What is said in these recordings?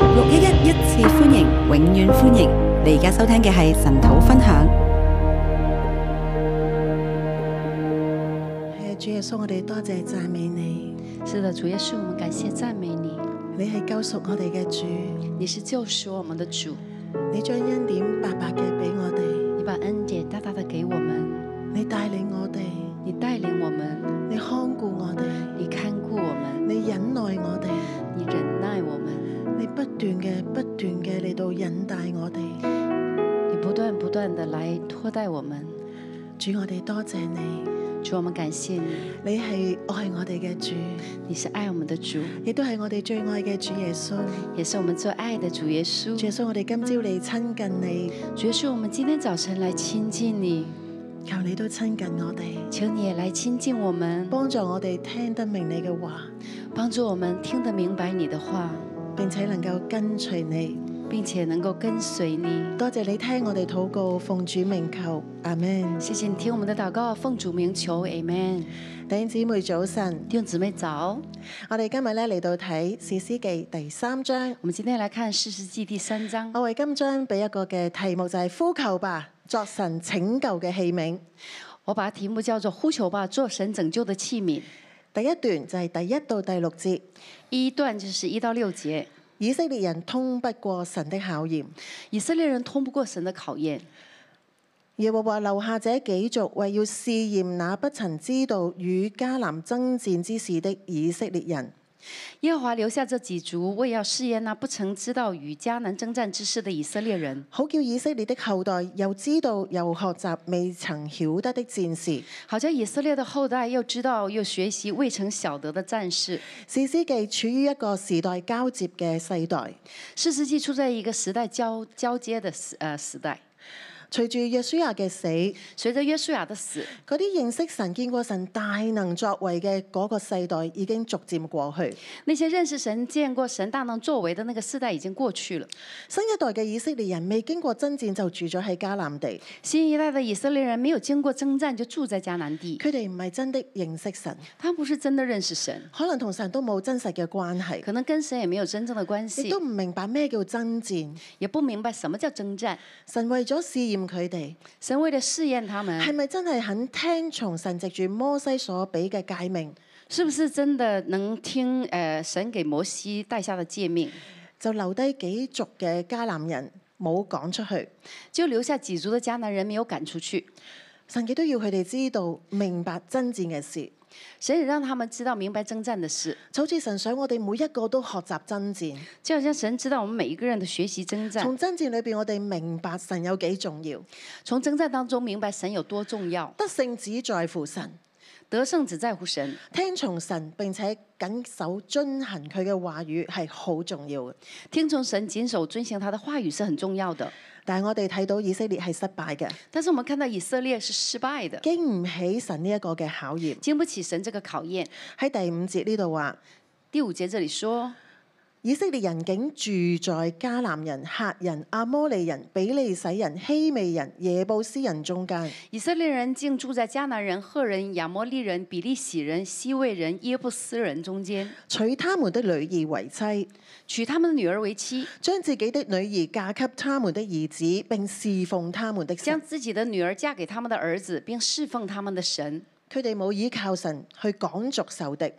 六一一一次歡迎，永遠歡迎！你而家收聽嘅係神土分享。係主耶穌，我哋多謝讚美你，是的，主耶稣，我们感谢赞美你，你係救贖我哋嘅主，你是救赎我们的主，你將恩典白白嘅俾我哋，你把恩典大大的给我们，你帶領我哋，你带领我们，你看顧我哋，你看顾我们，你忍耐我哋，你忍耐我们，你不斷嘅不斷嘅嚟到引帶我哋。你不断不断的来托带我们。主，我哋多謝你，主，我们感谢你，你係愛我哋嘅主，你是爱我们的主，亦都係我哋最愛嘅主耶穌。也是我们最爱的主耶稣。主耶穌，我哋今朝嚟親近你，主耶稣，我们今天早晨来亲近你，求你都親近我哋，求你也来亲近我们，幫助我哋聽得明你嘅話，帮助我们听得明白你的话，並且能夠跟隨你。并且能够跟随你。多謝你聽我哋禱告，奉主名求，阿 man。谢谢你听我们的祷告，奉主名求，Amen。弟兄姊妹早晨，弟兄姊妹早，我哋今日咧嚟到睇《史詩記》第三章。我们今天来看《四世纪》第三章。我為今章俾一個嘅題目就係、呼求吧，作神拯救嘅器皿。我把题目叫做“呼求吧，做神拯救的器皿第一段就係第一到第六節，”。一段就是一到六节，以色列人通不過神的考驗。以色列人通不过神的考验。耶和華留下這幾族，為要試驗那不曾知道與迦南爭戰之事的以色列人。耶和华留下这几族，为要试验那不曾知道与迦南征战之事的以色列人，好叫以色列的後代又知道又學習未曾曉得的戰士。好叫以色列的后代又知道又学习未曾晓得的战事。史詩記處於一個時代交接嘅世代，四世纪处在一个时代交交接的时呃时代，隨住約書亞嘅死，嗰随着约书亚的死，啲認識神、見過神大能作為嘅嗰個世代已經逐漸過去。那些认识神、见过神大能作为的那个世代已经过去了。新一代嘅以色列人未經過爭戰就住咗喺迦南地，新一代的以色列人没有经过征战就住在迦南地，佢哋唔係真的認識神，他们不是真的认识神，可能同神都冇真實嘅關係，可能跟神也没有真正的关亦系都，唔明白咩叫爭戰。也不明白什么叫征战。神為咗試驗佢哋，神为了试验他係们，咪真係肯聽從神藉住摩西所俾嘅誡命，是不是真的能听呃神给摩西带下的诫命，就留低幾族嘅迦南人冇講出去。就留下几族的迦南人没有赶出去。神亦都要佢哋知道明白真戰嘅事，神也让他们知道明白征战的事，就好似神想我哋每一個都學習真戰，就好像神知道我们每一个人的学习征战，從真戰裏邊我哋明白神有幾重要，从征战当中明白神有多重要，得勝只在乎神，得胜只在乎神。聽從神並且緊守遵行佢嘅話語係好重要嘅。听从神、谨守、遵行他的话语是很重要的。但係我哋睇到以色列係失敗嘅，但是我们看到以色列是失败的，經唔起神呢一個嘅考驗。经不起神这个考验。喺第五節呢度話，第五节这里说，以色列人竟住在迦南人、客人、阿摩利人、比利洗人、希未人、耶布斯人中間。以色列人竟住在迦南人、赫人、亚摩利人、比利洗人、西魏人、耶布斯人中间，娶他們的女兒為妻，娶他们的女儿为妻，將自己的女兒嫁給他們的兒子，並侍奉他們的将神。自己的女儿嫁给他们的儿子，并侍奉他们的神。佢哋冇依靠神去趕逐仇敵，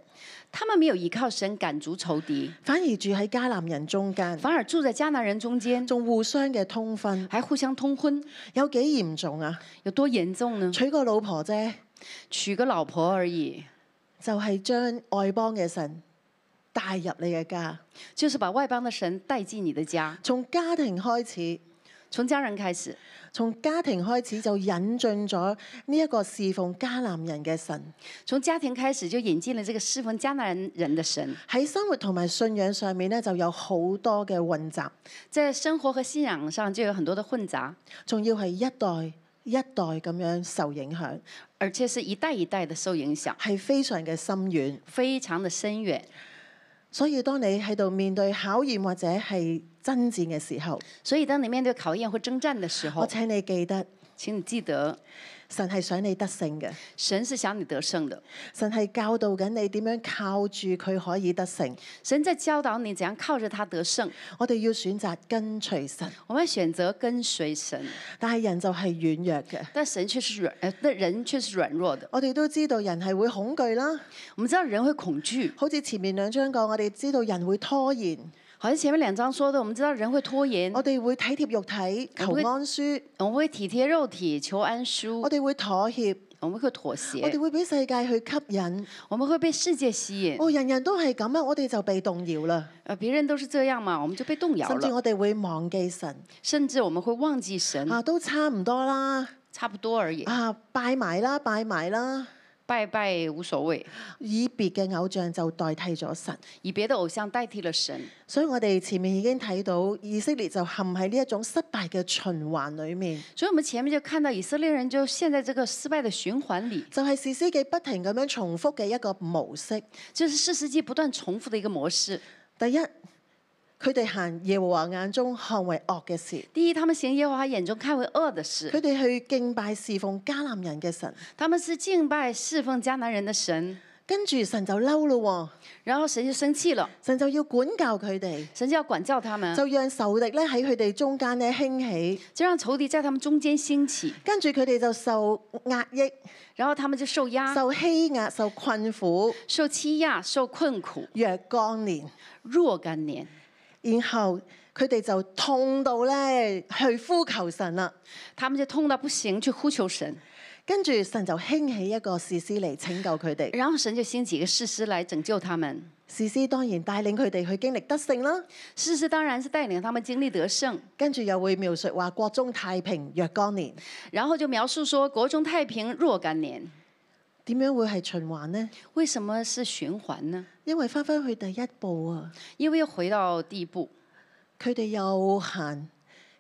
他们没有依靠神赶逐仇敌，反而住喺迦南人中間，反而住在迦南人中间，仲互相嘅通婚，还互相通婚，有幾嚴重啊？有多严重呢？娶個老婆啫，娶个老婆而已，就係、將外邦嘅神帶入你嘅家，就是把外邦的神带进你的家，從家庭開始。从家人开始。從家庭開始就引進咗呢一個侍奉迦南人嘅神，从家庭开始就引进了这个侍奉迦南人的神，喺生活同埋信仰上面咧就有好多嘅混雜，在生活和信仰上就有很多的混杂，仲要係一代一代咁樣受影響，而且是一代一代的受影响，係非常嘅深遠。非常的深远。所以當你喺度面對考驗或者係爭戰嘅時候，所以，当你面对考验或征战的时我候，請你記得请你记得，神係想你得勝嘅，神是想你得胜的，神係教導緊你點樣靠住佢可以得勝。神在教导你怎样靠着他得胜。我哋要選擇跟隨神，我们选择跟随神，但係人就係軟弱嘅。但神却是软，呃，但人却是软弱的。我哋都知道人係會恐懼啦，我们知道人会恐惧，好似前面兩章講，我哋知道人會拖延，好像前面两章说的，我们知道人会拖延，我哋會體貼肉體求我嗯會安舒，我们会体贴肉体，求安舒我，哋會妥協，我们会妥我哋协，會俾世界去吸引。我们会被世界吸引。哦，人人都係咁啊，我哋就被動搖啦，呃，别人都是这样嘛，我们就被动摇甚至了，我哋會忘記神甚至我们会忘记神，啊，都差唔多啦，差不多而已，啊拜埋啦，拜埋啦，拜拜无所谓，以別嘅偶像就代替咗神。以别的偶像代替了神。所以我哋前面已經睇到以色列就陷喺呢一種失敗嘅循環裡面，所以我们前面就看到以色列人就陷在这个失败的循环里，就係、士師記不停咁樣重複嘅一個模式。就是四世纪不断重复的一个模式。第一，佢哋行耶和華眼中看為惡嘅事，第一，他们行耶和华眼中看为恶的佢事，哋去敬拜侍奉迦南人嘅神，他们是敬拜侍奉迦南人的神，跟住神就嬲咯然后神就生气了，喎，神就要管教佢哋，神就要管教他们，就讓仇敵咧喺佢哋中間咧興起，就让仇敌在他们中间兴起，跟住佢哋就受壓抑、然后他们就受压、受欺壓、受困苦、受欺压、受困苦，若干年。若干年。然後佢哋就痛到咧去呼求神啦，他们就痛到不行，去呼求神，跟住神就興起一個士師嚟拯救佢哋。然后神就兴起一个士师来拯救他们。士師當然帶領佢哋去經歷得勝啦，士师当然是带领他们经历得胜，跟住又會描述話國中太平若干年，然后就描述说国中太平若干年。點樣會係循環呢？为什么是循环呢？因為翻返去第一步啊，因为又回到第一步，佢哋又行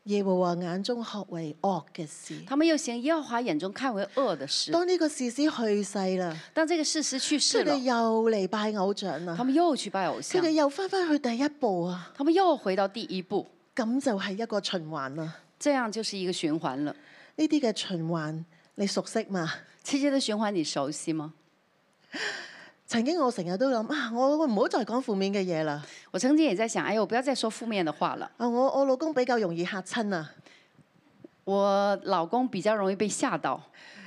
耶和華眼中學為惡嘅事。他们又行耶和华眼中看为恶的事。當呢個士師去世啦，当这个事实去世佢哋了，又嚟拜偶像他啦，们又去拜偶佢像哋，又翻返去第一步啊，他们又回到第一步，咁就係一個循環啦。这样就是一个循环了。呢啲嘅循環你熟悉嘛？这些的循环你熟悉吗？曾經我成日都諗啊，我唔好再講負面嘅嘢啦。我曾经也在想，哎呦，我不要再说负面的话了。啊，我我老公比較容易嚇親啊，我老公比较容易被吓到，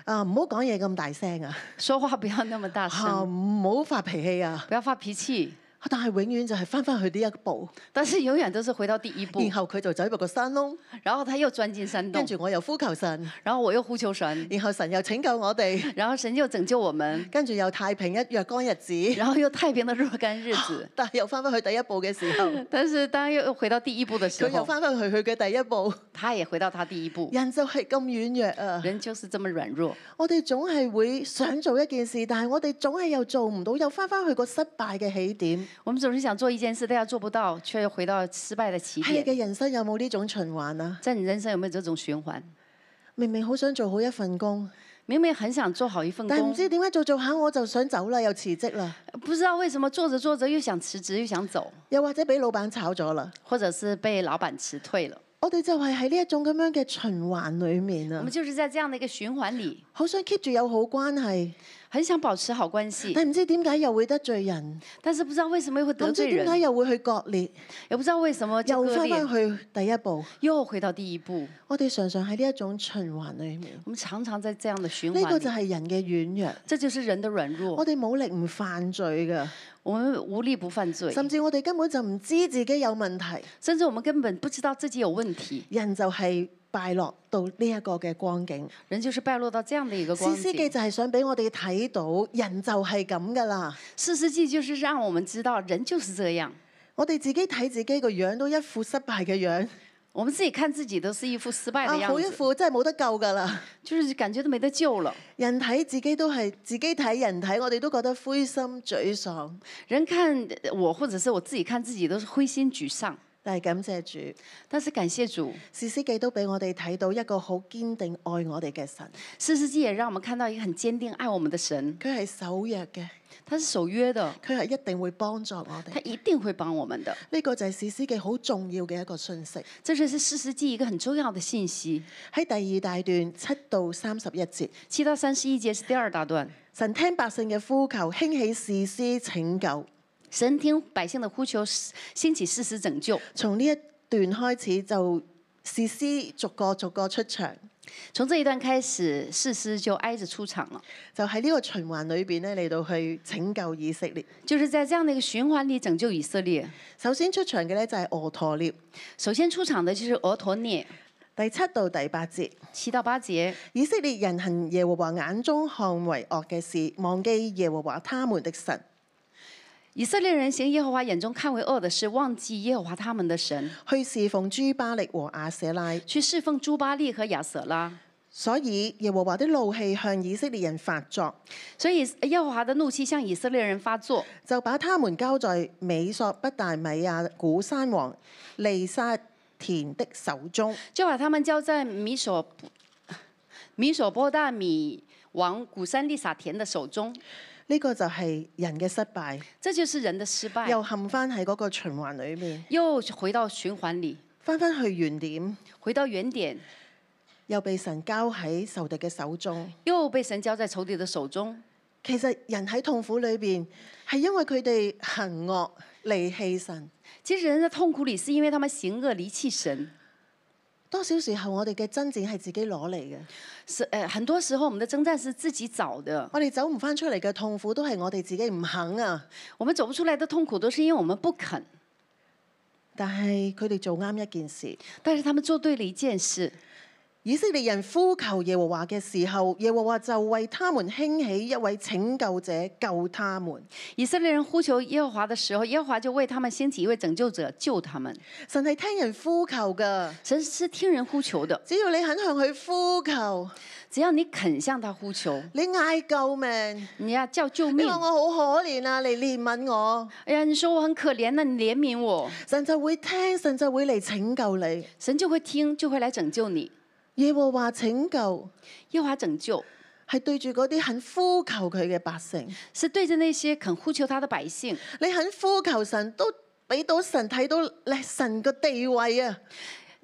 啊唔好講嘢咁大聲啊，说话不要那么大啊声，唔好發脾氣啊。不要发脾气。但係永遠就係翻返去呢一步，但是永远都是回到第一步，然後佢就走入個山窿，然后他又钻进山洞跟，住我又呼求神，然后我又呼求神，然後神又拯救我哋，然后神又拯救我们，跟住又太平一若干日子，。然后又太平的若干日子但係又翻返去第一步嘅時 候，但是当又回到第一步的时佢又候，翻返去佢嘅第一步。 他也回到他第一步。人就係咁軟弱啊！人就是这么软弱，我哋總係會想做一件事，但係我哋總係又做唔到，又翻返去個失敗嘅起點。我们总是想做一件事，但要做不到，却又回到失败的起喺你点。嘅人生有冇呢種循環啊？在你人生有没有这种循环？明明好想做好一份工，明明很想做好一份但係唔工，知點解做做下我就想走啦，又辭職啦， 不知道为什么做着做着又想辞职，又想走，又或者俾老闆炒咗啦。或者是被老板辞退了。我哋就係喺呢一種咁樣嘅循環裡面我啊们，就是在这样的一个循环里，好想 keep 住有好關係，很想保持好关系，但係唔知點解又會得罪人，但是不知道为什么又会得唔知罪點解人，又會去割裂，也不知道为什么就又割翻裂返，去第一步。又回到第一步。我哋常常喺呢一種循環裡面，我们常常在这样的循呢环個里，哦就係人嘅軟弱。这就是人的软我弱。哋冇力唔犯罪嘅，我们无力不犯罪，甚至我哋根本就唔知自己有問題。甚至我们根本不知道自己有问题。人就係敗落到呢一個嘅光景。人就是败落到这样的一个光史詩記景。就係想俾我哋睇到，人就係咁噶啦。四世纪就是让我们知道，人就是这样。我哋自己睇自己個樣都一副失敗嘅樣，我们自己看自己都是一副失败的啊样好一子，副真係冇得救噶啦。就是感觉都没得救了。人睇自己都係自己睇人睇，我哋都覺得灰心沮喪。人看我或者是我自己看自己都是灰心沮丧，但係感謝主，但是感谢主，士師記都俾我哋睇到一個好堅定愛我哋嘅神，四世纪也让我们看到一个很坚定爱我们的神，佢係守約嘅，他是守约的，佢係一定會幫助我他哋。一定会帮我们的。呢個就係士師記好重要嘅一個信息。这就是四世纪一个很重要的信息。喺第二大段七到三十一節，七到三十一节是第二大段，神聽百姓嘅呼求，興起士師拯救。神听百姓的呼求，兴起事实拯救。從呢一段開始就士師逐個逐個出場，从这一段开始，士师就挨着出场了，就喺呢個循環裏邊咧嚟到去拯救以色列。就是在这样的一个循环里拯救以色列。首先出場嘅咧就係俄陀列，首先出场的就是俄陀涅，第七到第八節。七到八节，以色列人行耶和華眼中看為惡嘅事，忘記耶和華他們的神。以色列人行耶和华眼中看为恶的事，忘记耶和华他们的神，去侍奉朱巴力和亞舍拉，去侍奉朱巴利和亚瑟拉。所以耶和華的怒氣向以色列人發作，所以耶和华的怒气向以色列人发作，就把他們交在美索不達米亞古山王利沙田的手中。就把他们交在米索不米索波大米王古山利撒田的手中。呢、個就係人嘅失敗，这就是人的失败，又陷翻喺嗰個循環裏面，又回到循环里，翻返去原點，回到原点，又被神交喺仇敵嘅手中。又被神交在仇敌的手中。其實人喺痛苦裏邊係因為佢哋行惡離棄神。其实人在痛苦里，是因为他们行恶离弃神。多少時候我哋嘅真正係自己攞嚟嘅，是呃，很多时候我们的征战是自己找的，我哋走唔翻出嚟嘅痛苦都係我哋自己唔肯啊。我们走不出来的痛苦都是因为我们不肯。但係佢哋做啱一件事，但是他们做对了一件事，以色列人呼求耶和華嘅時候，耶和華就為他們興起一位拯救者救他們。以色列人呼求耶和华的时候，耶和华就为他们兴起一位拯救者救他们。神係聽人呼求㗎，神是听人呼求的，只要你肯向佢呼求，只要你肯向他呼求，你嗌救命，你要叫救你命。話我好可憐啊，你憐憫我，哎呀，你说我很可怜，那你怜悯我，神就會聽，神就會嚟拯救你。神就会听，就会来拯救你。耶和華拯救耶和华拯救係對住嗰啲肯呼求佢嘅百姓。是对着那些肯呼求他的百姓，你肯呼求神，都俾到神睇到你神嘅地位啊！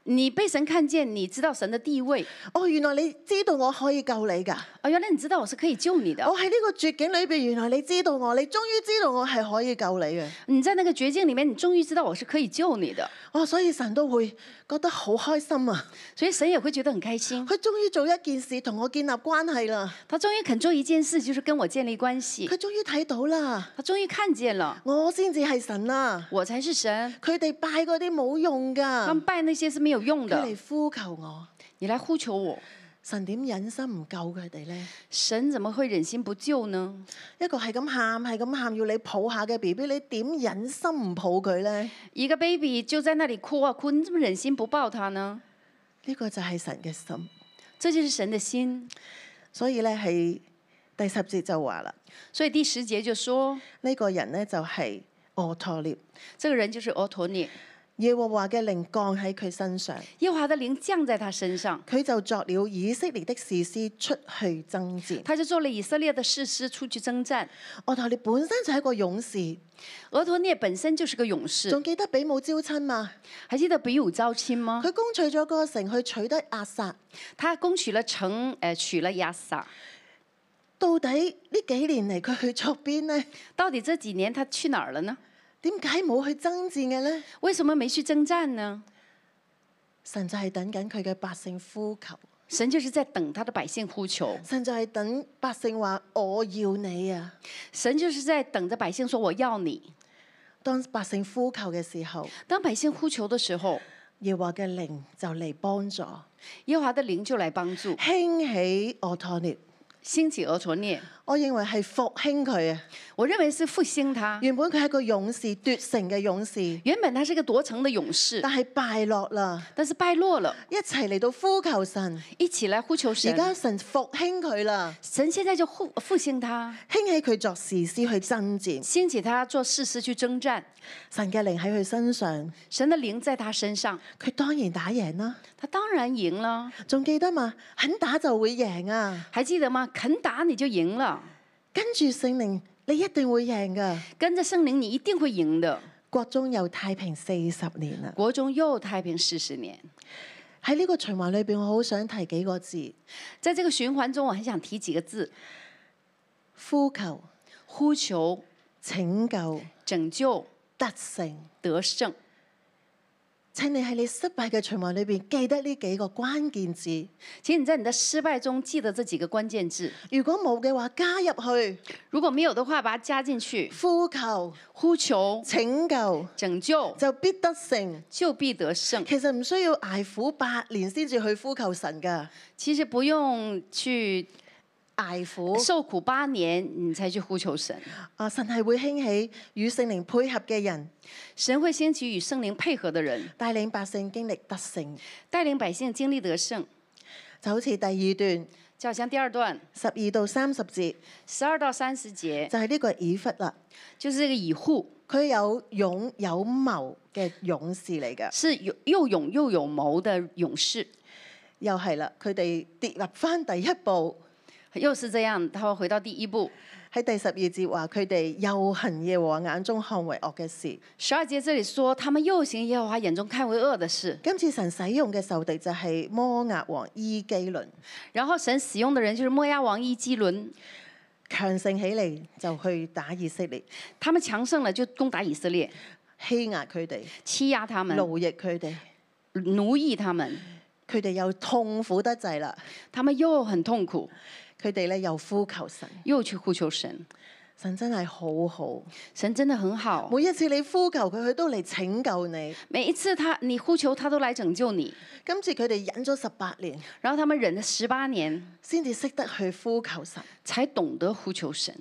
你被神看见，你知道神的地位。哦，原來你知道我可以救你㗎。哦哦，原来你知道我是可以救你的。我喺呢個絕境裏邊，原來你知道我，你終於知道我係可以救你嘅。你在那个绝境里面，你终于知道我是可以救你的，哦，所以神都會覺得好開心啊！所以神也会觉得很开心。佢終於做一件事同我建立關係啦，他终于肯做一件事，就是跟我建立关系佢。終於睇到啦，他终于看见了，我先至係神啦。我才是神。佢哋拜嗰啲冇用他㗎，们拜那些是没有用佢的嚟。呼求我，你来呼求我，神點忍心唔救佢哋呢？神怎么会忍心不救呢？一個係咁喊，係咁喊，要你抱下嘅 B B，你點忍心唔抱佢呢？一个 baby 就在那里哭啊哭，你怎么忍心不抱他呢？呢、個就係神嘅心。这就是神的心。所以咧係第十節就話啦，所以第十节就说，呢、個人呢，就係俄陀列，这个人就是俄陀涅，耶和華嘅靈降喺佢身上，耶和华的灵降在他身上，佢就作了以色列的士師出去爭戰。他就做了以色列的士师出去征战。俄陀列本身就係一個勇士，俄陀涅本身就是个勇士，仲記得比武招親嘛？还记得比武招亲吗？佢攻取咗個城去取得壓殺，他攻取了城，呃，取了亚撒。到底呢幾年嚟佢去咗邊呢？到底这几年他去哪儿了呢？點解冇去爭戰嘅呢？为什么没去征战呢？神就係等緊佢嘅百姓呼求，神就是在等他的百姓呼求，神就係等百姓話我要你啊！神就是在等着百姓说我要你。當百姓呼求嘅時候，当百姓呼求的时候，耶和華嘅靈就嚟幫助，耶和华的灵就来帮助，興起俄托涅。兴起俄陀涅。我認為係復興佢啊！我认为是复兴他。原本佢係一個勇士，奪城嘅勇士，原本他是个夺城的勇士但，係敗落啦。但是败落了，一齊嚟到呼求神，一起来呼求而神。家神復興佢啦，神现在就复复兴他，興起佢作士師去爭戰。兴起他做事师去征战。神嘅靈喺佢身上，神的灵在他身上，佢當然打贏啦。他当然赢了。仲記得嘛？肯打就會贏啊！还记得吗？肯打你就赢了，跟住聖靈，你一定會贏噶。跟着圣灵你一定会赢的。國中有太平四十年啦，国中又太平四十年，喺呢個循環裏邊，我好想提幾個字：在这个循环中，我很想提几个字：呼求、呼求、拯救、拯救、得勝。得胜。請你喺你失敗嘅循環裏邊記得呢幾個關鍵字。请你在你的失败中记得这几个关键字，如果冇嘅話，加入去如果没有的话，把它加进去。呼求、呼求、拯救，拯救，就必得勝。就必得胜。其實唔需要捱苦八年先至去呼求神㗎，其实不用去捱苦受苦八年，你才去呼求神，啊！神係會興起與聖靈配合嘅人，神会兴起与圣灵配合的人，帶領百姓經歷得勝。带领百姓经历得胜。就好似第二段就好像第二段十二到三十節，十二到三十节，就係、呢個以弗啦。就是这个以护佢有勇有謀嘅勇士嚟㗎，是有又勇又有谋的勇士，又係啦。佢哋跌入翻第一步，又是这样。他会回到第一步，喺第十二節話佢哋又行耶和華眼中看為惡嘅事。十二节这里说，他们又行耶和华眼中看为恶的事。今次神使用嘅仇敵就係摩押王伊基倫，然后神使用的人就是摩押王伊基伦，強盛起嚟就去打以色列，他们强盛了就攻打以色列，欺壓佢哋，欺压他们，奴役佢哋，奴役他们，佢哋又痛苦得滯啦。他们又很痛苦，佢哋咧又呼求神，又去呼求神。神真係好好。神真的很好，每一次你呼求佢，佢都嚟拯救你。每一次他你呼求，他都来拯救你。今次佢哋忍咗十八年，然后他们忍了十八年，先至識得去呼求神。才懂得呼求神。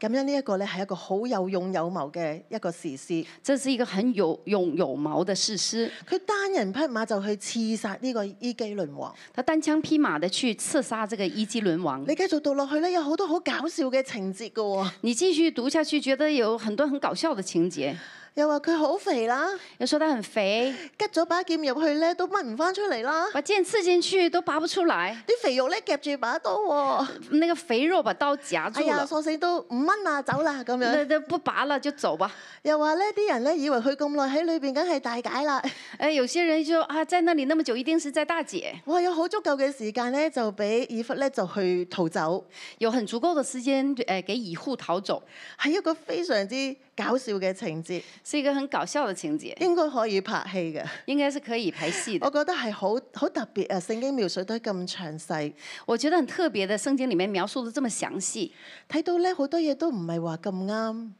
咁樣呢一個咧係一個好有勇有謀嘅一個士師，这是一个很有勇有谋的士师，佢單人匹馬就去刺殺呢個伊基倫王。他单枪匹马的去刺杀这个伊基伦王。你繼續讀落去咧，有好多好搞笑嘅情節嘅喎，你继续读下去，觉得有很多很搞笑的情节，又話佢好肥啦，又说他很肥，拮咗把劍入去咧都掹唔翻出嚟啦，把剑刺进去都拔不出来，啲肥肉咧夾住把刀喎，那个肥肉把刀夹住哎呀，了，索性都唔掹啦，走啦咁那樣。那不拔了就走吧。又話咧啲人咧以為佢咁耐喺裏邊，梗係大解啦。哎，有些人就啊，在那里那么久，一定是在大姐，哇！有好足夠嘅時間咧，就俾以弗咧就去逃走，有很足够的时间，呃，给以户逃走，係一個非常之搞笑嘅情節，是一个很搞笑的情节，應該可以拍戲嘅。应该是可以拍戏我的。覺得係好好特別啊！聖經描述得咁詳細，我觉得很特别的，聖经里面描述的这么详细，睇到咧好多嘢都唔係話咁啱，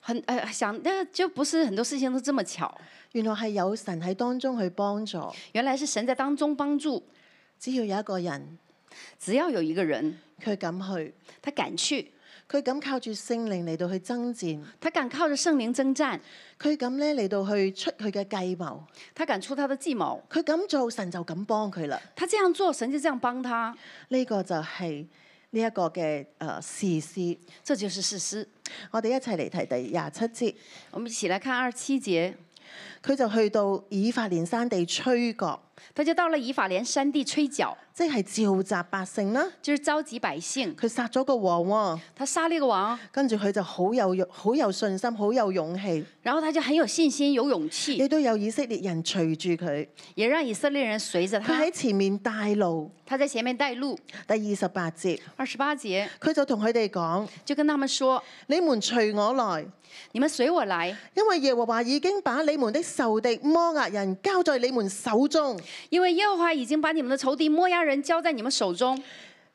很呃想那就不是很多事情都这么巧，原來係有神喺當中去幫助。原来是神在当中帮助，只要有一個人只要有一个人佢敢去，他敢去，佢敢靠住聖靈嚟到去爭戰，他敢靠着圣灵征战，佢敢咧嚟到去出佢嘅計謀，他敢出他的计谋，佢敢做，神就敢幫佢啦。他这样做，神就这样帮他，呢、個就係呢一個嘅誒事師。这就是事实。我哋一齊嚟睇第廿七節，我们一起来看二七节，佢就去到以法蓮山地吹角，他就到了以法莲山地吹角，即係召集百姓啦。就是召集百姓。佢殺咗個王喎、他杀了一个王，跟住佢就好有勇好有信心，好有勇氣，然后他就很有信心、有勇亦气，都有以色列人隨住佢。也让以色列人随着佢他喺。前面帶路。他在前面带路。第二十八節，二十八节佢就同佢哋講：就跟他们说你們隨我來，：“你们随我来，因為耶和華已經把你們的仇敵摩押人交在你們手中。因为耶和华已经把你们的仇敌摩押人交在你们手中。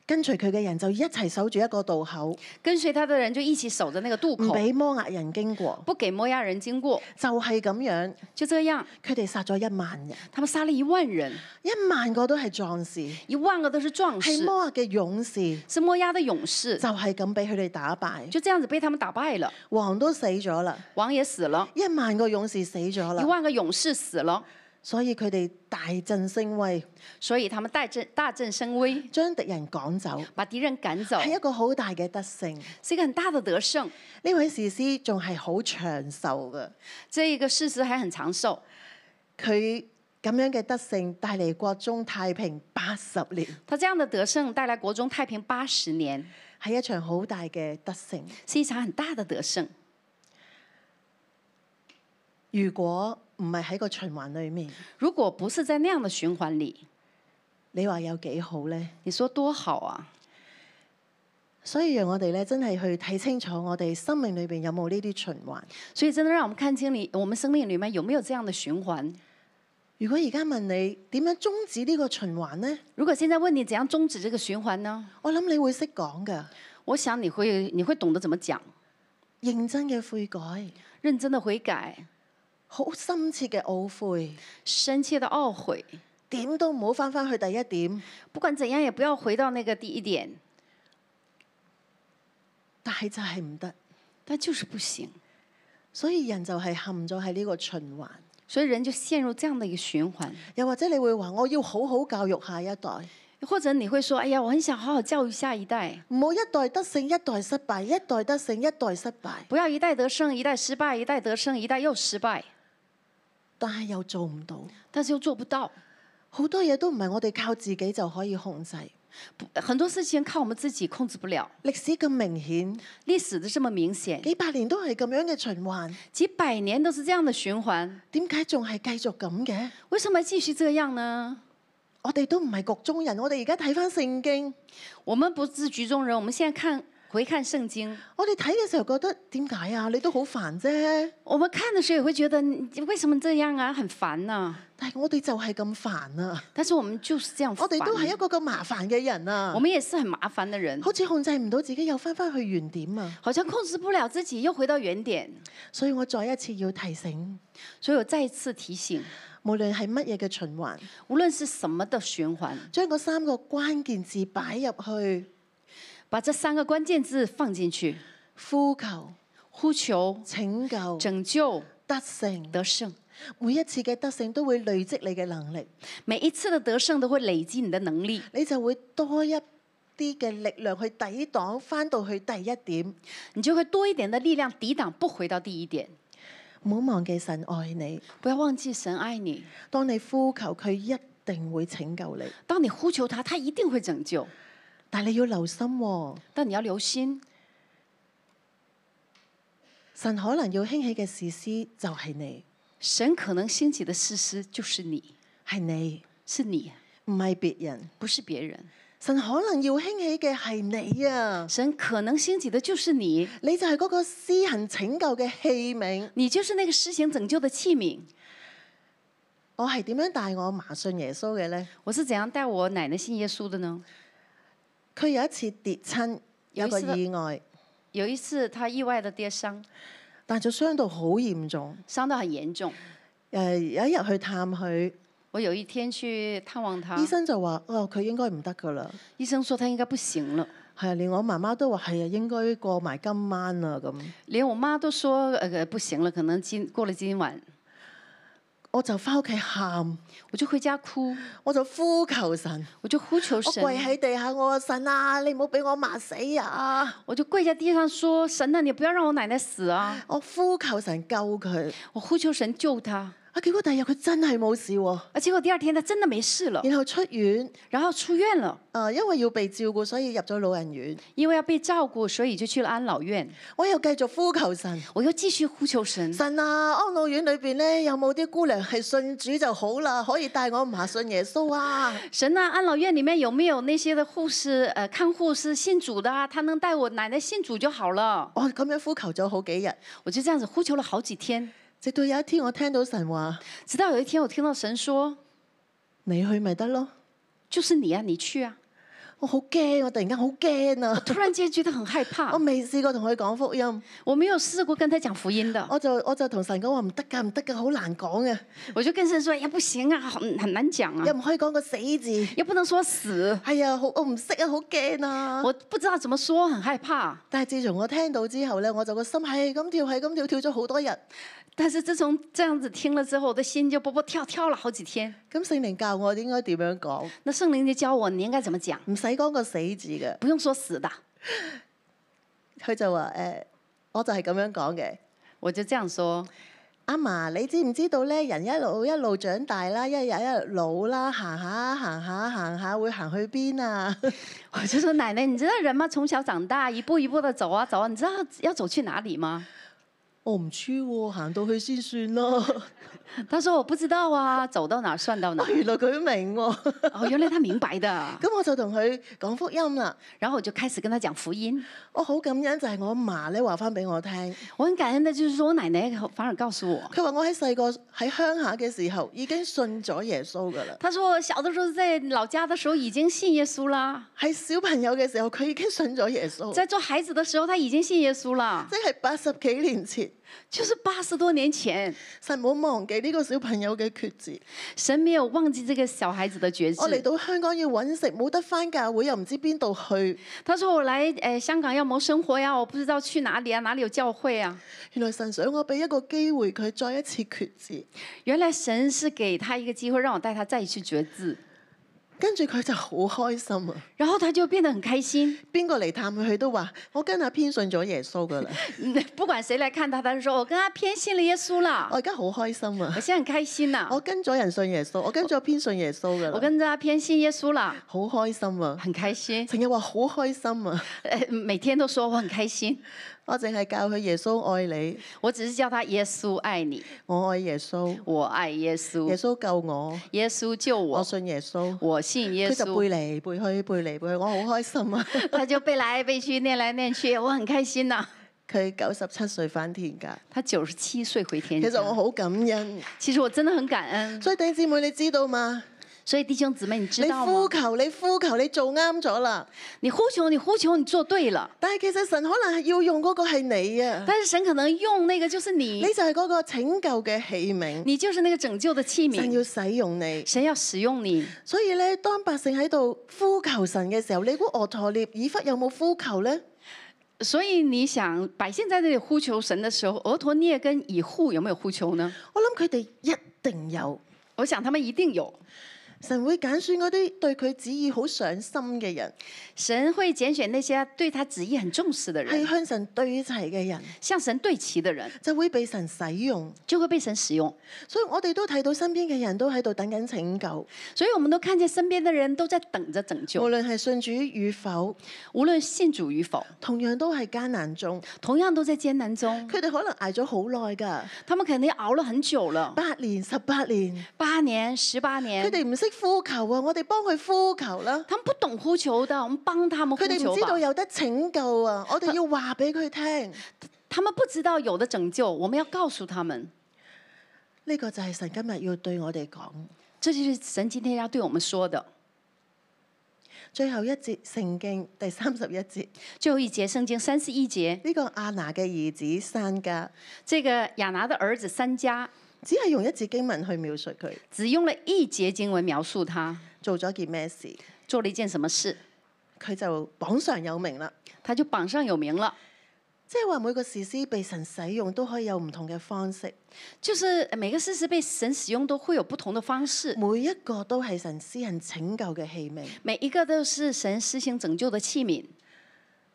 跟隨佢嘅人就一齊守住一個渡口，跟随他的人就一起守着那个渡唔口，俾摩押人經過。不给摩押人经過。就係咁樣，就這樣，佢哋殺咗一萬人，他們殺了一萬人，一萬個都係壯士，一萬個都是壯係士，摩押嘅勇士，是摩押的勇士，就係咁俾佢哋打敗。就這樣子被他們打敗了。王都死咗啦，王也死了，一萬個勇士死咗一啦，萬個勇士死了，所以佢哋大振聲威，所以他們大振大振聲威，將敵人趕走，把敵人趕走，係一個好大嘅得勝。呢是一個很大的得勝。位士師仲係好長壽嘅，這一個事實還很長壽，佢咁樣嘅得勝帶嚟國中太平八十年，他這樣的得勝帶來國中太平八十年，係一場好大嘅得勝。是一場很大的得勝。如果唔係喺個循環裏面，如果不是在那樣的循環裡，你話有幾好呢？你說多好啊！所以讓我哋咧真係去睇清楚我哋生命裏邊有冇呢啲循環。所以真的讓我們看清你，我們生命裡面有沒有這樣的循環？如果而家問你點樣終止呢個循環呢？如果現在問你怎樣終止這個循環呢？我諗你會識講㗎，我想你會你會懂得怎麼講，認真嘅悔改，認真的悔改，好深切嘅懊悔，深切的懊悔，點都唔好翻返去第一點。不管怎樣也不要回到那個第一點，但係就係唔得，但就是不行，所以人就係陷咗喺呢個循環。所以人就陷入這樣的一個循環。又或者你會話我要好好教育下一代，或者你會說：“哎呀，我很想好好教育下一代，唔好一代得勝，一代失敗，一代得勝，一代失敗。不要一代得勝，一代失敗，一代得勝，一代又失敗。但係又做唔到，”但是又做不到，好多嘢都唔係我哋靠自己就可以控制。不很多事情靠我們自己控制不了。歷史咁明顯，歷史的這麼明顯，幾百年都係咁樣嘅循環，幾百年都是這樣的循環，點解仲係繼續咁嘅？為什麼還繼續這樣呢？我哋都唔係局中人，我哋而家睇翻聖經，我們不是局中人，我們現在看回看聖經，我哋睇嘅時候覺得點解啊？你都好煩啫，我們看的時候也會覺得你為什麼這樣啊，很煩呐、但係我哋就係咁煩啊！但是我們就是這樣煩，我哋都係一個咁麻煩嘅人啊我！們也是很麻煩的人，好似控制唔到自己，又翻返去原點啊！好像控制不了自己，又回到原點。所以我再一次要提醒，所以我再一次提醒，無論係乜嘢嘅循環，無論是什麼的循環，將嗰三個關鍵字擺入去，把這三個關鍵字放進去：呼求、呼求、拯救、拯救、得勝。得勝。每一次嘅得勝都會累積你嘅能力，每一次的得勝都會累積你的能力，你就會多一啲嘅力量去抵擋翻到去第一點。你就會多一點的力量抵擋，不回到第一點。唔好忘記神愛你，不要忘記神愛你，當你呼求佢一定會拯救你，当你呼求他，他一定會拯救。但你要留心、喎，但你要留心，神可能要興起嘅事師就係你，神可能興起的事師就是你，係你，是你，唔係別人。不是別人。神可能要興起嘅係你啊！神可能興起的就是你，你就係嗰個施行拯救嘅器皿。你就是那個施行拯救的器皿。我係點樣帶我麻信耶穌嘅呢？我是怎樣帶我奶奶信耶穌的呢？佢有一次跌親，有一個有一次意外，有一次她意外的跌傷，但就傷到好嚴重。傷到很嚴重。誒、呃有一日去探佢，我有一天去探望她，醫生就話：哦，佢應該唔得㗎啦。醫生說她應該不行了，係啊，連我媽媽都話係啊，應該過埋今晚啦咁。連我媽都說呃不行了，可能今過了今晚，我就翻屋企喊，我就回家哭，我就呼求神，我就呼求我神，跪喺地下，我話神啊，你唔好俾我麻死啊！我就跪在地上說：“神呐、你不要让我奶奶死啊！我呼求神救佢。我呼求神救她。啊，結果第二日佢真係冇事喎、”啊，结果第二天她真的沒事了，然後出院。然後出院了，啊、因為要被照顧，所以入咗老人院。因為要被照顧，所以就去了安老院。我又繼續呼求神，我又繼續呼求神，神啊，安老院裏邊咧有冇啲姑娘係信主就好啦，可以帶我嫲信耶穌啊？神呐、安老院裡面有沒有那些的護士、呃看護是信主的啊？他能帶我奶奶信主就好了。我哦咁樣呼求咗好幾日，我就這樣子呼求了好幾天，直到有一天我聽到神話：直到有一天我聽到神說你去咪得咯。就是你啊，你去啊。 我好驚，我突然間好驚啊！突然間覺得很害怕我，未試過同佢講福音，我沒有試過跟他講福音的，我就我就同神講話唔得㗎，唔得㗎，好難講嘅，我就跟神說：哎呀，不行啊，好很難講又啊，唔可以講個死字。也不能說死，係啊，好我唔識啊，好驚啊！我不知道怎麼說，很害怕。但係自從我聽到之後咧，我就個心係咁跳，係咁跳，跳咗好多日。但是自從這樣子聽了之後，我的心就蹦蹦跳跳了好幾天。咁聖靈教我應該點樣講，那聖靈就教我你應該怎麼講，唔使講個死字嘅。不用說死的，佢就話誒、呃我就係咁樣講嘅。我就這樣說。阿嫲，你知唔知道咧？人一路一路長大啦，一日一日老啦，行下行下行下會行去邊啊？ 我就說奶奶，你知道人嗎？從小長大，一步一步的走啊走啊，你知道要走去哪裡嗎？ 我唔知喎，行到去先算 咯。他說我不知道啊，走到哪兒算到哪啊兒。 原來佢明喎、 哦，原來他明白的。咁我就同佢講福音啦。然後我就開始跟他講福音。我好感恩就係我阿嫲咧話翻俾我聽，我很感恩的，就是說我奶奶反而告訴我，佢話我喺細個喺鄉下嘅時候已經信咗耶穌噶啦，她說我小的時候在老家的時候已經信耶穌啦，喺小朋友嘅時候佢已經信咗耶穌，在做孩子的時候他已經信耶穌啦，即係八十幾年前。就是八十多年前，神冇忘記呢個小朋友嘅決志。神沒有忘記這個小孩子的決我嚟志。到香港要揾食，冇得翻教會，又唔知邊度去。他說我來誒、呃香港要謀生活呀，我不知道去哪裡啊，哪裡有教會啊。原來神想我俾一個機會佢再一次決志，原來神是給他一個機會，讓我帶他再去決志，跟住佢就好開心啊！然後他就變得很開心。 邊個嚟探佢，佢都話：我跟阿偏信咗耶穌噶 啦，嗯不管誰來看他，他就說我跟他偏信了耶穌啦我，而家好開心啊 我！現在很開心呐、我跟咗人信耶穌，我跟咗偏信耶穌噶我啦，跟着他偏信耶穌啦，好開心啊！很開心。 成日話好開心啊！呃，每天都說我很開心，我淨係教佢耶穌愛你，我只是叫他耶穌愛你，我愛耶穌，我愛耶耶哦穌，穌救我，耶穌救我我，信耶穌。我信耶佢就穌。背嚟背去，背嚟背去，我好開心 啊！他就背來背去， 念來念去，我很開心呐、佢九十七歲返天家，他九十七歲回天其家，實我好感恩。其實我真的很感恩。所以弟兄姊妹，你知道嘛？所以弟兄姊妹，你知你道呼嗎？求，你呼求，你做啱咗啦。你呼求，你呼求，你做對了，但係其實神可能係要用嗰個係你啊，但是神可能用那個就是你你，就係嗰個拯救嘅器皿，你就是那個拯救的器神皿，要使用你。神要使用你。所以咧，當百姓喺度呼求神嘅時候，你估俄陀列以弗有冇呼求呢？所以你想，百姓在那裡呼求神的時候，俄陀聶跟以户有沒有呼求呢？我諗佢哋一定有。我想他們一定有。神會揀選嗰啲對佢旨意好上心嘅人，神會揀選那些對他旨意很重視的係人，向神對齊嘅人，向神對齊的人，就會被神使用。就會被神使用。所以我哋都睇到身邊嘅人都喺度等緊拯救，所以我們都看見身邊的人都在等着拯無救，論係信主與否，無論信主與否，同樣都係艱難中。同樣都在艱難中。佢哋可能捱咗好耐㗎，他們肯定熬了很久了，八年、十八年，八年、十八年佢。哋唔識呼求啊！我哋幫佢呼求啦。他們不懂呼求的，我們幫他們呼佢哋唔求知道吧。有得拯救啊！我哋要話俾佢聽，呢、他們不知道有的拯救，我們要告訴他們。個就係神今日要對我哋講。这就是神今天要對我們說的。最後一節聖經第三十一節，呢、最後一節聖經三十一節，個亞拿嘅兒子山家，這個亞拿的兒子三家只係用一節經文去描述佢只用了一節經文描述他做咗件咩事，做了一件什麼事，佢就榜上有名啦。他就榜上有名了。即係話每個士師被神使用都可以有唔同嘅方式，就是呃每個事實被神使用都會有不同的方式，每一個都係神私人拯救嘅器皿。每一個都是神施行拯救的器皿。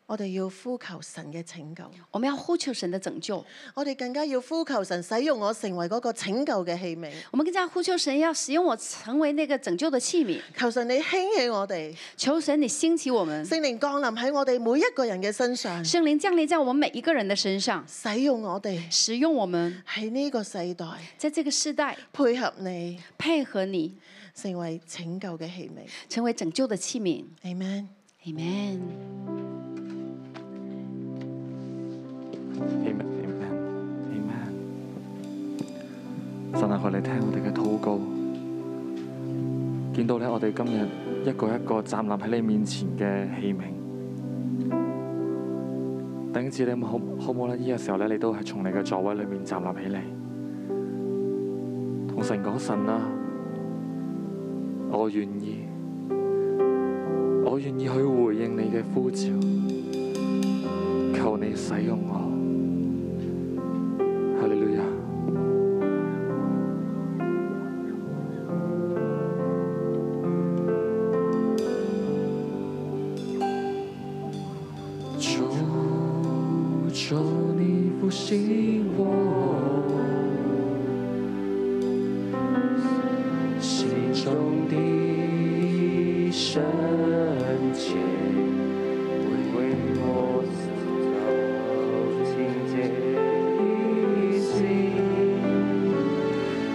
我哋要呼求神嘅拯救，我們要呼求神的拯救，我哋更加要呼求神使用我成為嗰個拯救嘅器皿。我們更加呼求神要使用我成為那個拯救的器皿。求神你興起我哋，求神你興起我們，聖靈降臨喺我哋每一個人嘅身上，聖靈降臨在我們每一個人的身上，使用我哋使用我們，喺呢個世代在這個世代配合你，配合你，成為拯救嘅器皿。成為拯救的器皿。 Amen。 Amen。 Amen, amen, amen。神啊，求你聽我哋嘅禱告，見到咧我哋今日一個一個站立喺你面前嘅器皿。弟兄姊妹，你可可唔可咧？呢個時候咧，你都係從你嘅座位裏面站立起嚟，同神講神啊，我願意，我願意去回應你嘅呼召，求你使用我。哈利路亞。求求你复兴我心中的圣洁，为我造清洁的心，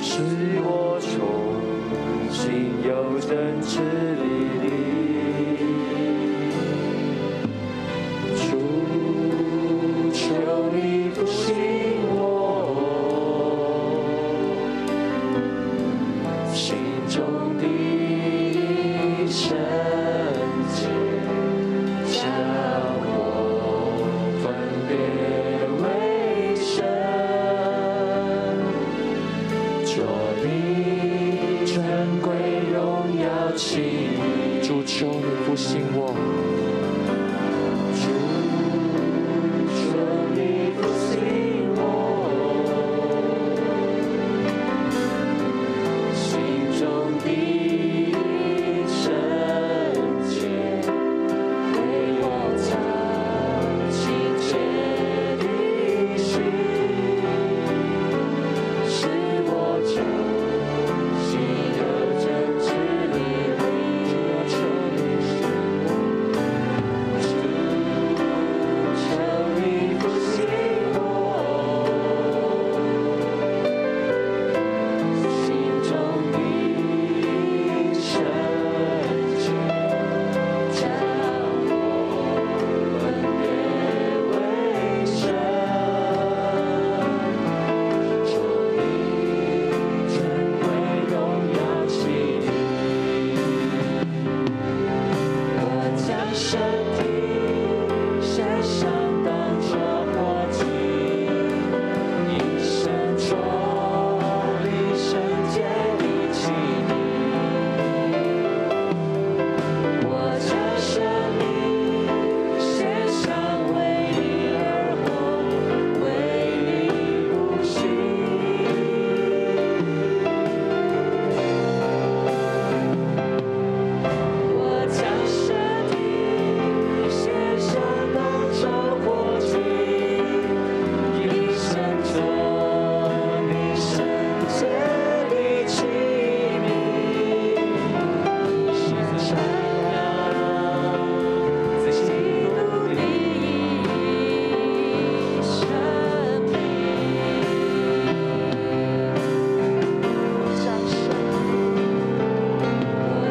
使我重新有真挚的力。主，求你复兴我心中的圣洁，将我分别为圣，做你尊贵荣耀器皿。主，求你复兴我。主，求你复兴我心中的圣洁，为我擦清洁的心，使我重新的真挚的灵，求你使我。主，求你复兴我心中的圣洁，将我分别为圣。求你尊贵荣耀起我将身体献上当作活祭，一生中一生竭力记你。我将生命献上为你而活，为你呼吸。我将身体献上当作活祭，一生做你圣洁的器皿，是善良自己努力生命。我将身体。我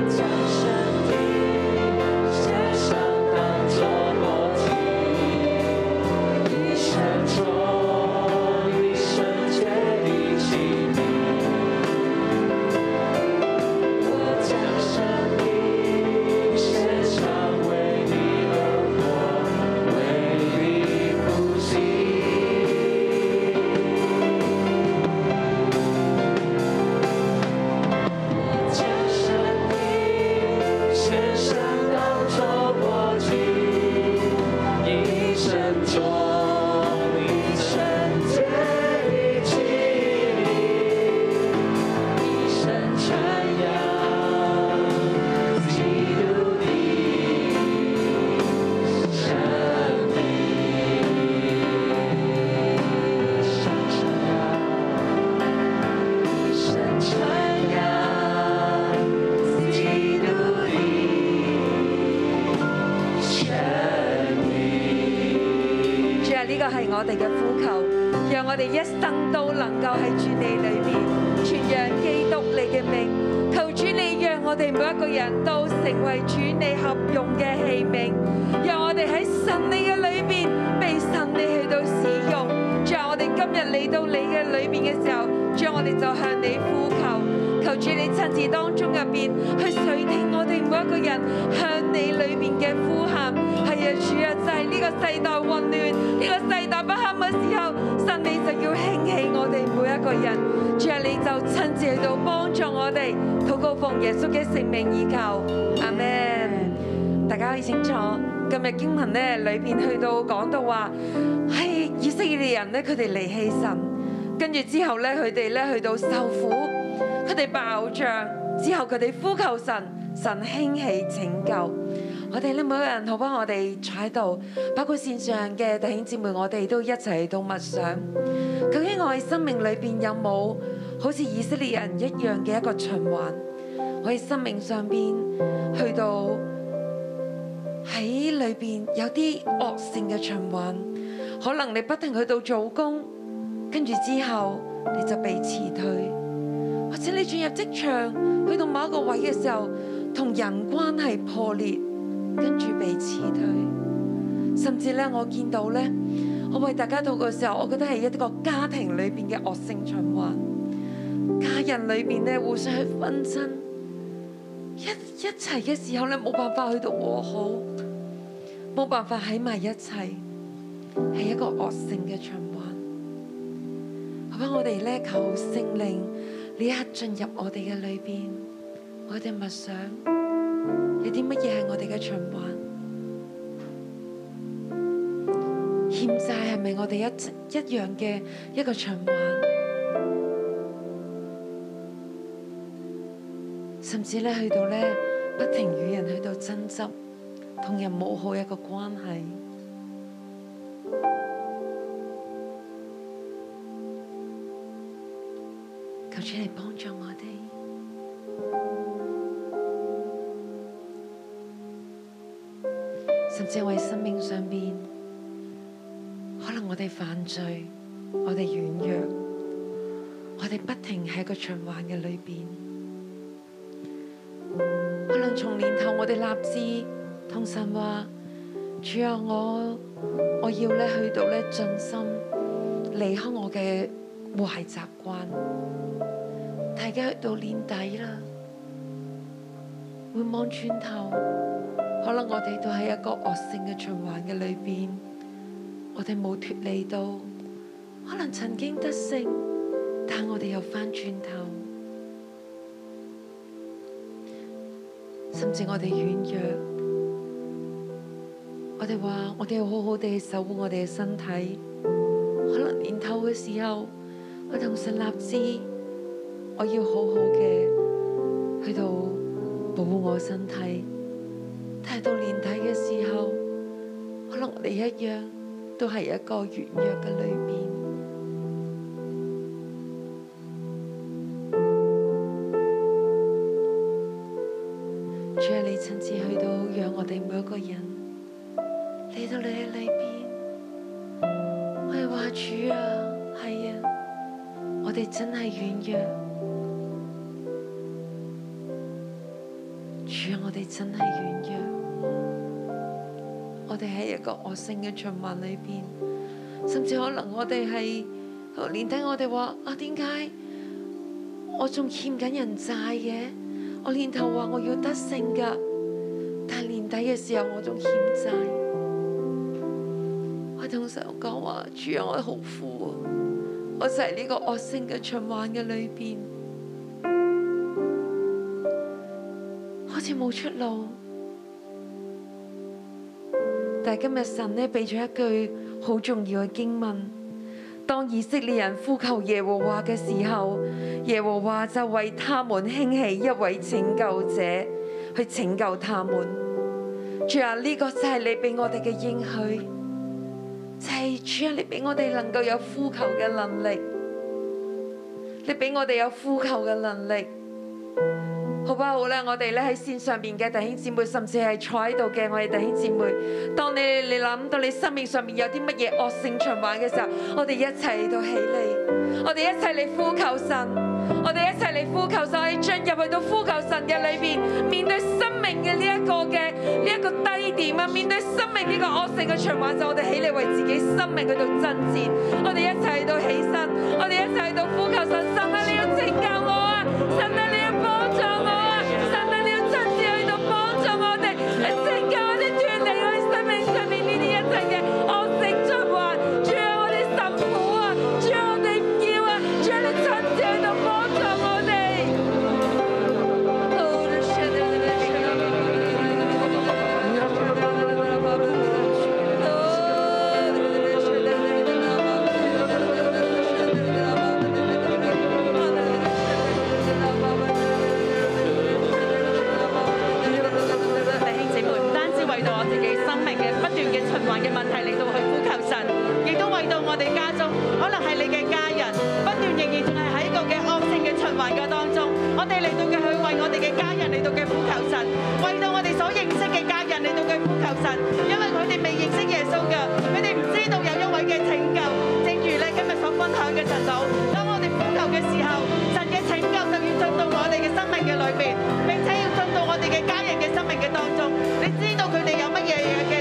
将身体献上，当作活祭，一生中一生竭力记你。我将身体献上，为你而活，为你呼吸。我将身体献上，当作活祭，一生中一生竭力记你，一生传扬基督的生命，向上。神传扬基督的生命。主啊，呢個係我哋嘅呼求，讓我哋一生都能夠喺主你裏面傳揚基督你嘅名。求主你讓我哋每一個人都成為主你合用嘅器皿，讓我哋喺神你嘅裏面被神你去到使用。主啊，我哋今日嚟到你嘅裏面嘅時候，主啊我哋就向你呼求。求求主你親自當中入邊去垂聽我哋每一個人向你裏面嘅呼喊。係啊，主啊，就係、呢個世代混亂、呢、個世代不堪嘅時候，神你就要興起我哋每一個人。主啊，你就親自去到幫助我哋，禱告奉耶穌嘅聖名以求，阿門。大家可以清楚，今日經文咧裏邊去到講到話，係以色列人咧佢哋離棄神，跟住之後咧佢哋咧去到受苦，佢哋爆仗，之後佢哋呼求神，神興起拯救。我哋咧每個人好幫我哋坐喺度，包括線上嘅弟兄姊妹，我哋都一齊去到默想，究竟我哋生命裏邊有冇好似以色列人一樣嘅一個循環？我哋生命上邊去到。喺裏邊有啲惡性嘅循環，可能你不停去到做工，跟住之後你就被辭退，或者你轉入職場，去到某一個位嘅時候，同人關係破裂，跟住被辭退，甚至咧我見到咧，我為大家禱告嘅時候，我覺得係一個家庭裏邊嘅惡性循環，家人裏邊咧互相去紛爭。一一齊嘅時候咧，冇辦法去到和好，冇辦法喺埋一齊，係一個惡性嘅循環。好吧，我哋咧求聖靈呢一刻進入我哋嘅裏邊，我哋默想有啲乜嘢係我哋嘅循環？欠債係咪我哋一一樣嘅一個循環？甚至咧去到咧不停與人去到爭執，同人冇好一個關係。求主嚟幫助我哋。甚至我哋生命上邊，可能我哋犯罪，我哋軟弱，我哋不停喺個循環嘅裏邊。可能從年頭我哋立志同神話，主啊，我我要咧去到咧盡心離開我嘅壞習慣，但係而家去到年底啦，會望轉頭，可能我哋都喺一個惡性嘅循環嘅裏邊，我哋冇脱離到，可能曾經得勝，但我哋又翻轉頭。甚至我哋軟弱，我哋話我哋要好好地守護我哋嘅身體。可能年頭嘅時候，我同神立志，我要好好嘅去到保護我身體。但係到年底嘅時候，可能我哋一樣都係一個軟弱嘅裏面。主啊，你親自去到，讓我哋每一個人嚟到你嘅裏邊。我哋話主啊，係啊，我哋真係軟弱。主啊，我哋真係軟弱。我哋喺一個惡性嘅循環裏邊，甚至可能我哋係年底我哋話啊，點解我仲欠緊人債嘅？我年頭話我要得勝㗎，但係年底嘅時候我仲欠債。我同神講話，主啊，我好苦啊，我就係呢個惡性嘅循環嘅裏邊，好似冇出路。但係今日神呢，俾咗一句好重要嘅經文。當以色列人呼求耶和華嘅時候，耶和華就為他們興起一位拯救者去拯救他們。主啊，呢個就係你俾我哋嘅應許，就係、主啊，你俾我哋能夠有呼求嘅能力，你俾我哋有呼求嘅能力。好不好咧？我哋咧喺線上邊嘅弟兄姊妹，甚至係坐喺度嘅我哋弟兄姊妹，當你你諗到你生命上面有啲乜嘢惡性循環嘅時候，我哋一齊嚟到起嚟，我哋一齊嚟呼求神，我哋一齊嚟呼求神，我哋進入去到呼求神嘅裏邊，面對生命嘅呢一個嘅呢一個低點啊，面對生命呢個惡性嘅循環，就我哋起嚟為自己生命去到爭戰，我哋一齊嚟到起身，我哋一齊嚟到呼求神，神啊，你要拯救我啊，神啊，你要啊啊啊循環嘅問題嚟到去呼求神，亦都為到我哋家中，可能係你嘅家人，不斷仍然仲係喺個嘅惡性嘅循環嘅當中，我哋嚟到嘅去為我哋嘅家人嚟到嘅呼求神，為到我哋所認識嘅家人嚟到嘅呼求神，因為佢哋未認識耶穌嘅，佢哋唔知道有一位嘅拯救，正如你今日所分享嘅神道，當我哋呼求嘅時候，神嘅拯救就要進到我哋嘅生命嘅裏邊，並且要進到我哋嘅家人嘅生命嘅當中。你知道佢哋有乜嘢嘅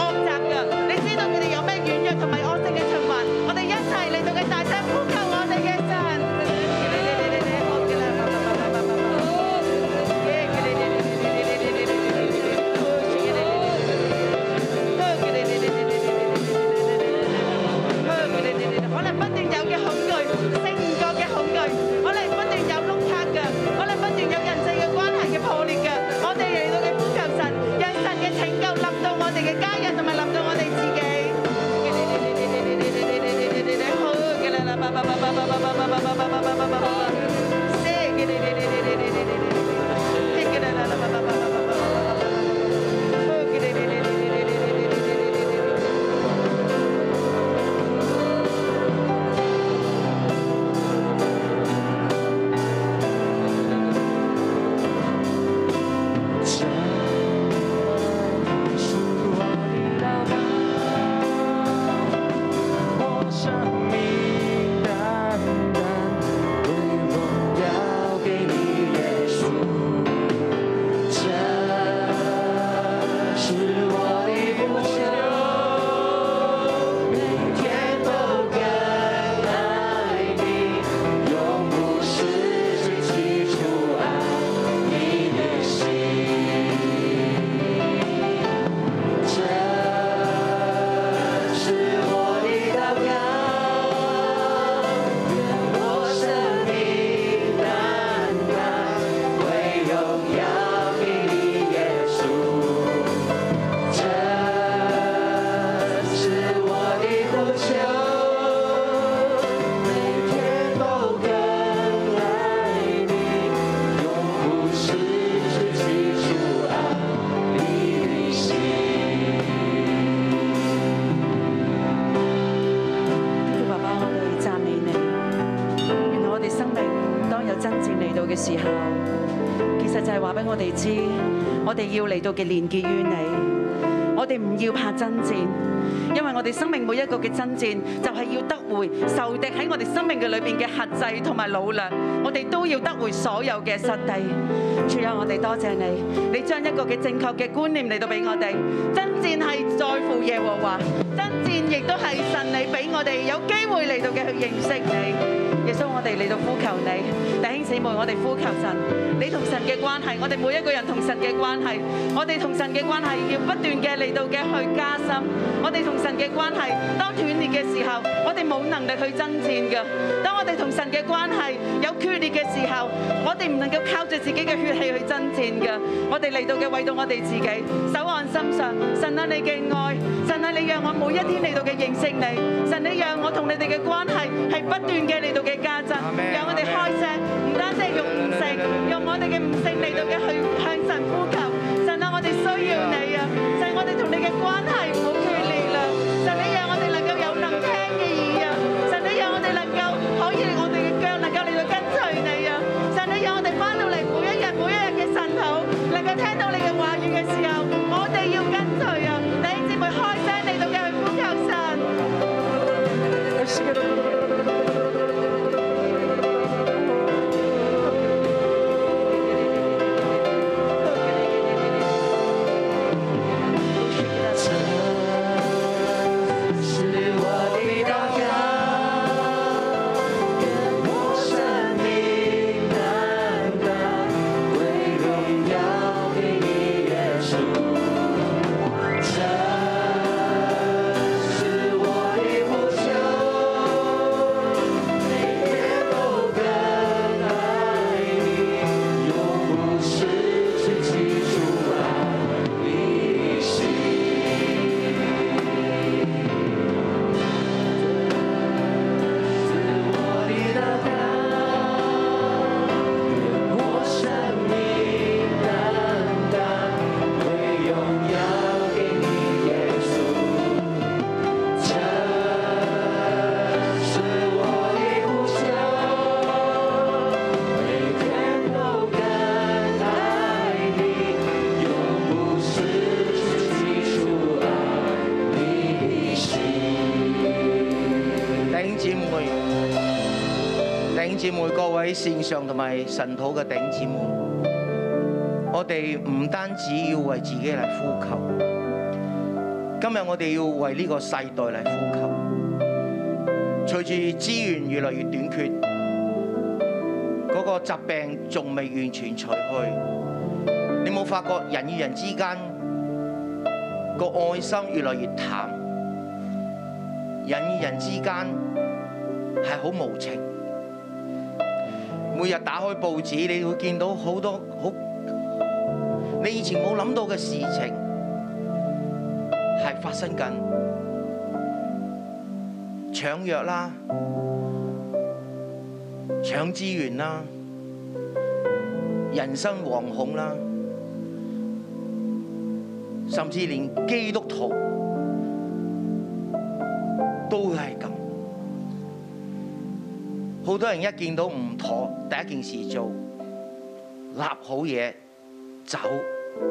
惡習㗎？你知道佢哋有咩軟弱同埋惡性嘅循環？我哋一齊嚟到嘅大聲呼求我哋嘅神。可能不斷有嘅恐懼，勝唔過嘅恐懼，可能不斷有窿卡嘅，可能不斷有人際嘅關係嘅破裂嘅，我哋嚟到嘅呼求神，讓神嘅拯救臨到我哋嘅家人同埋臨到我哋自己。好嘅啦啦，叭叭叭叭叭叭叭叭叭叭叭叭叭，謝嘅啦啦啦啦啦啦啦啦，謝嘅啦啦啦叭叭叭叭叭叭叭叭，好嘅啦啦啦啦啦啦啦啦啦。是我的老板，我生命单单归荣耀给你，耶稣。这是我的不朽，每天都更爱你，永不失去起初爱你的心。这是我的祷告，愿我生命单单归荣耀给你，耶稣。这是我的呼求，每天都更爱你，永不失去起初爱。你的心。叫爸爸，我哋讚美你。原來我哋生命當有真正嚟到嘅時候，其實就係話俾我哋知，我哋要嚟到嘅連結於你。我哋唔要怕真戰，因為我哋生命每一個嘅真戰，就係要得回仇敵喺我哋生命嘅裏邊嘅轄制同埋擄掠，我哋都要得回所有嘅失地。主啊，我哋多謝你，你將一個嘅正確嘅觀念嚟到俾我哋。真戰係在乎耶和華，真戰亦都係神你俾我哋有機會嚟到嘅去認識你。耶穌，我哋嚟到呼求你，弟兄姊妹，我哋呼求神，你同神嘅關係，我哋每一個人同神嘅關係，我哋同神嘅關係要不斷嘅嚟到嘅去加深，我哋同神嘅關係當斷裂嘅時候，我哋冇能力去爭戰嘅；當我哋同神嘅關係有決裂嘅時候，我哋唔能夠靠住自己嘅血氣去爭戰嘅，我哋嚟到嘅為到我哋自己，手按心上，神啊你嘅愛，神啊你讓我每一天嚟到嘅認識你，神你讓我同你哋嘅關係係不斷嘅嚟到嘅加增，讓我哋開聲，唔單止係用悟性，用我哋嘅悟性嚟到嘅去向神呼求，神啊我哋需要你啊，神我哋同你嘅關係唔好決裂啦，神你讓我哋能夠有能聽嘅耳啊，神你讓我哋能夠可以我哋嘅腳能夠嚟到跟隨你啊，神你讓我哋翻到嚟每一日每一日嘅神土，能夠聽到你嘅話語嘅時候，我哋要跟隨啊，弟兄姊妹開聲嚟到嘅去呼求神。我姊妹、各位線上同埋神土嘅弟兄姊妹，我哋唔單止要為自己嚟呼求，今日我哋要為呢個世代嚟呼求。隨住資源越嚟越短缺，嗰、個疾病仲未完全除去，你冇發覺人與人之間個愛心越嚟越淡，人與人之間係好無情。每日打開報紙，你會見到好多好你以前冇諗到嘅事情係發生緊，搶藥啦，搶資源啦，人心惶恐啦，甚至連基督徒都係咁。好多人一見到唔妥，第一件事做立好嘢走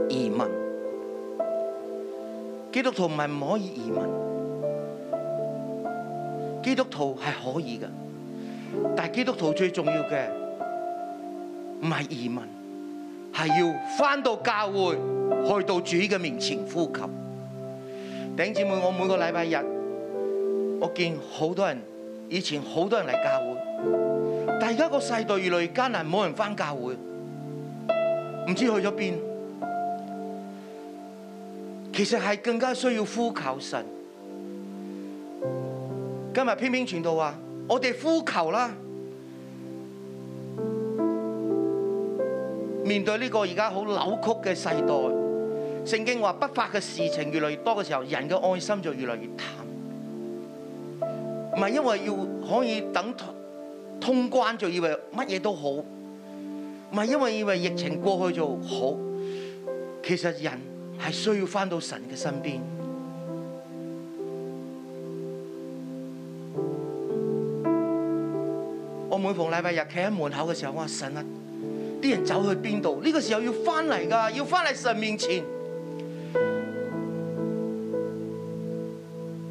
移民。基督徒唔係唔可以移民，基督徒係可以嘅，但係基督徒最重要嘅唔係移民，係要翻到教會，去到主嘅面前呼求。頂姊妹，我每個禮拜日，我見好多人，以前好多人嚟教會。但而家個世代越嚟越艱難，冇人翻教會，唔知去咗邊。其實係更加需要呼求神。今日偏偏傳道話：我哋呼求啦。面對呢個而家好扭曲嘅世代，聖經話不法嘅事情越嚟越多嘅時候，人嘅愛心就越嚟越淡。唔係因為要可以等通關就以為乜嘢都好，唔係因為以為疫情過去就好。其實人係需要翻到神嘅身邊。我每逢禮拜日企喺門口嘅時候，我話神啊，啲人走去邊度？呢、個時候要翻嚟㗎，要翻嚟神面前。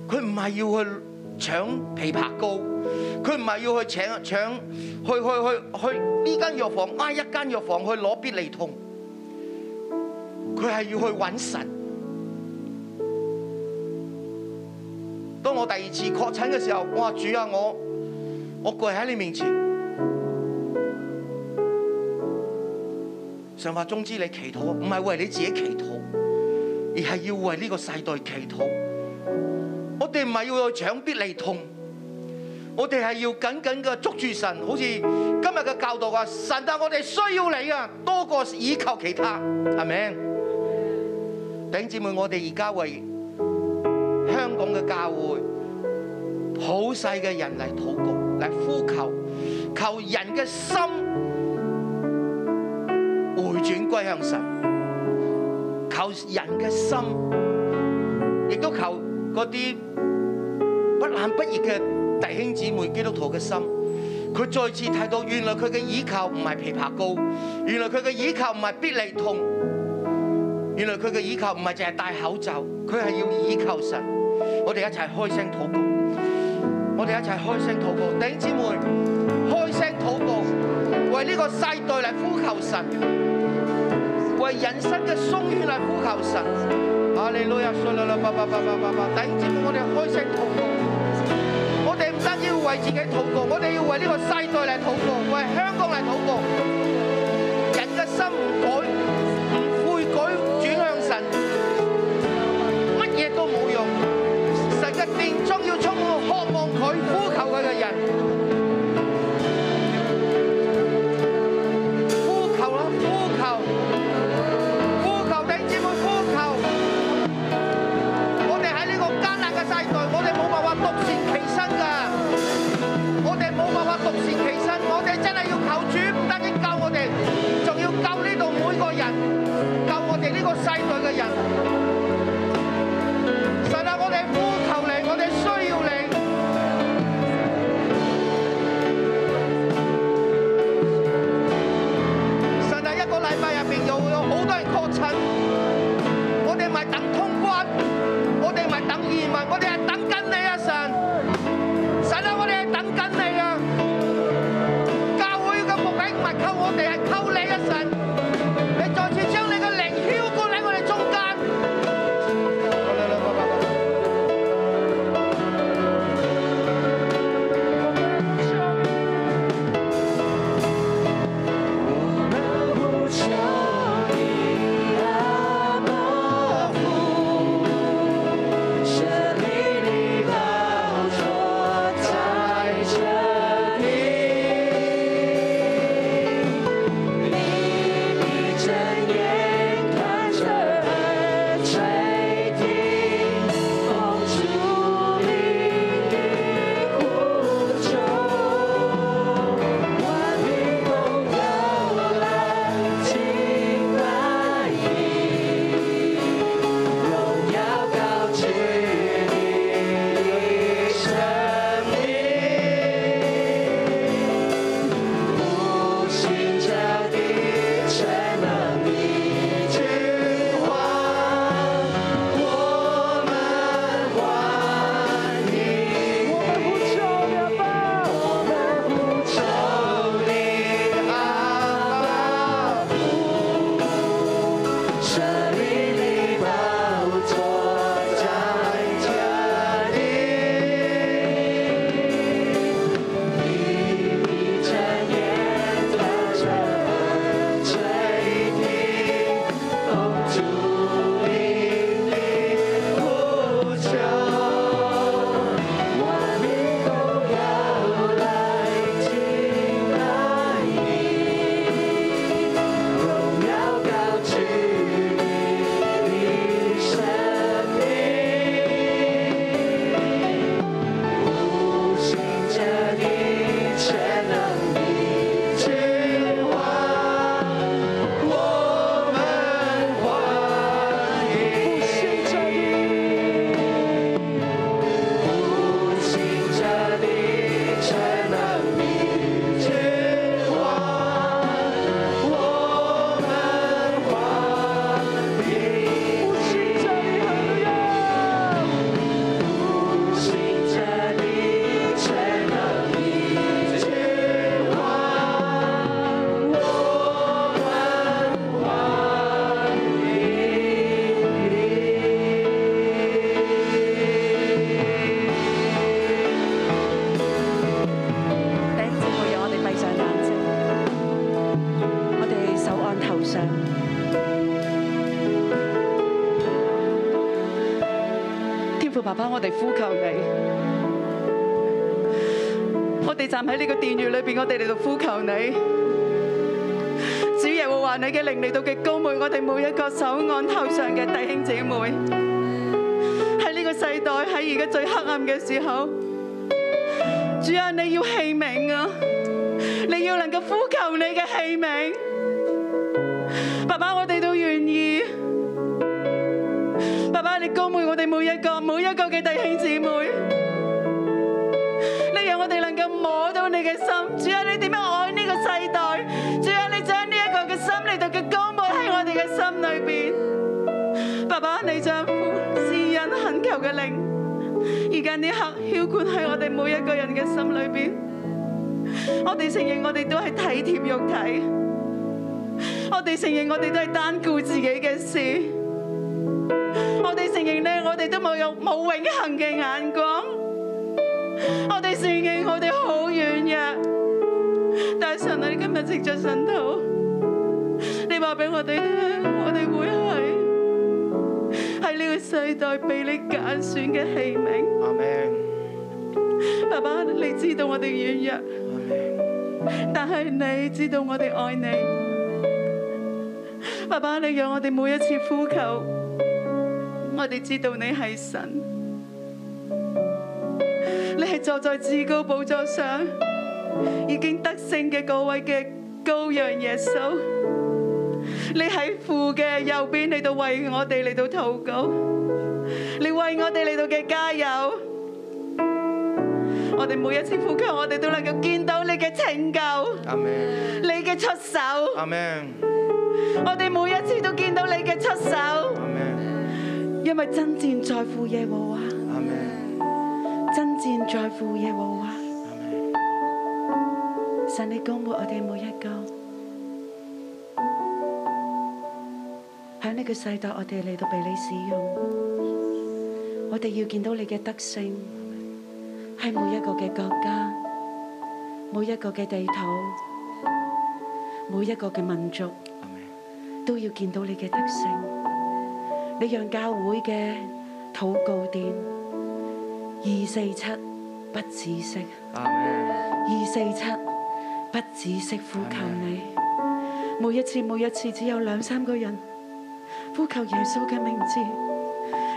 佢唔係要去搶枇杷膏，佢唔係要去搶搶去去去去呢間藥房挨一間藥房去攞必理痛，佢係要去揾神。當我第二次確診嘅時候，我話主啊，我我跪喺你面前，神話總之你祈禱，唔係為你自己祈禱，而係要為呢個世代祈禱。我哋唔係要去搶必利痛，我哋係要緊緊嘅捉住神，好似今日嘅教導話：神啊，我哋需要你啊，多過倚靠其他，係咪？弟兄姊妹，我哋而家為香港嘅教會好細嘅人嚟禱告，嚟呼求，求人嘅心回轉歸向神，求人嘅心。亦都求嗰啲不冷不熱嘅弟兄姊妹基督徒嘅心，佢再次睇到原來佢嘅倚靠唔係枇杷膏，原來佢嘅倚靠唔係必理痛，原來佢嘅倚靠唔係淨係戴口罩，佢係要倚靠神。我哋一齊開聲禱告，我哋一齊開聲禱告，弟兄姊妹開聲禱告，為呢個世代嚟呼求神，為人生嘅鬆軟嚟呼求神。哈利路亞，信啦啦，叭叭叭叭叭叭，弟兄姊妹，我哋開聲禱告。我哋唔單止要為自己禱告，我哋要為呢個世代嚟禱告，為香港嚟禱告。人嘅心唔改，唔悔改，轉向神，乜嘢都冇用。神嘅殿中要充滿渴望佢、呼求佢嘅人，呼求啦，呼求，呼求，弟兄姊妹，呼求。我哋喺呢個艱難嘅世代，我哋冇辦法獨善其身㗎，我哋冇辦法獨善其身，我哋真係要求主唔單止救我哋，仲要救呢度每個人，救我哋呢個世代嘅人。神啊，我哋呼求你，我哋需要你。神啊，一個禮拜入邊又會有好多人確診，我哋咪等通關。我哋唔係等移民，我哋係等緊你啊！神，神啊，我哋係等緊你啊！教生命里宝座站着你，你闭着眼看着我垂听，风烛凛凛呼求，我命都要来敬拜你。荣耀高举你生命，呼吸着你全能的君王，我们欢迎你。呼吸着你全能的君王。我们欢迎，呼吸着你荣耀，呼吸着你全能的君王，我们欢迎你。弟兄姊妹，讓我哋閉上眼睛，我哋手按頭上。天父爸爸，我哋呼求你，我哋站喺呢個殿宇裏邊，我哋嚟到呼求你。主耶和華，你嘅靈嚟到嘅高滿我哋每一個手按頭上嘅弟兄姊妹。喺呢個世代，喺而家最黑暗嘅時候。主啊，你要器皿啊，你要能夠呼求你嘅器皿。爸爸，我哋都願意。爸爸，你高滿我哋每一個每一個嘅弟兄姊妹，你讓我哋能夠摸到你嘅心。主啊，你點樣愛呢個世代？主啊，你將呢一個嘅心嚟到嘅高滿喺我哋嘅心裏邊。爸爸，你將施恩懇求嘅靈。而家呢刻澆灌喺我哋每一個人嘅心裏邊，我哋承認我哋都係體貼肉體，我哋承認我哋都係單顧自己嘅事，我哋承認咧，我哋都冇有冇永恆嘅眼光，我哋承認我哋好軟弱，但係神啊，你今日藉着神道，你話俾我哋聽，我哋會係喺呢個世代被你揀選嘅器皿。阿咩？爸爸，你知道我哋軟弱，但係你知道我哋愛你。爸爸，你讓我哋每一次呼求，我哋知道你係神，你係坐在至高寶座上，已經得勝嘅嗰位嘅羔羊耶穌。你喺父嘅右邊嚟到為我哋嚟到禱告，你為我哋嚟到嘅加油。我哋每一次呼求，我哋都能夠見到你嘅拯救，阿咩？你嘅出手。阿咩？我哋每一次都見到你嘅出手，阿咩？因為真戰在乎耶和華，阿咩？真戰在乎耶和華。阿咩？神，你供滿我哋每一個喺呢個世代，我哋嚟到被你使用，我哋要見到你嘅德性喺每一個嘅國家、每一個嘅地土、每一個嘅民族，都要見到你嘅德性。你讓教會嘅禱告殿二四七不止息。阿咩？二四七，不止息呼求你。每一次，每一次只有兩三個人呼求耶穌嘅名字。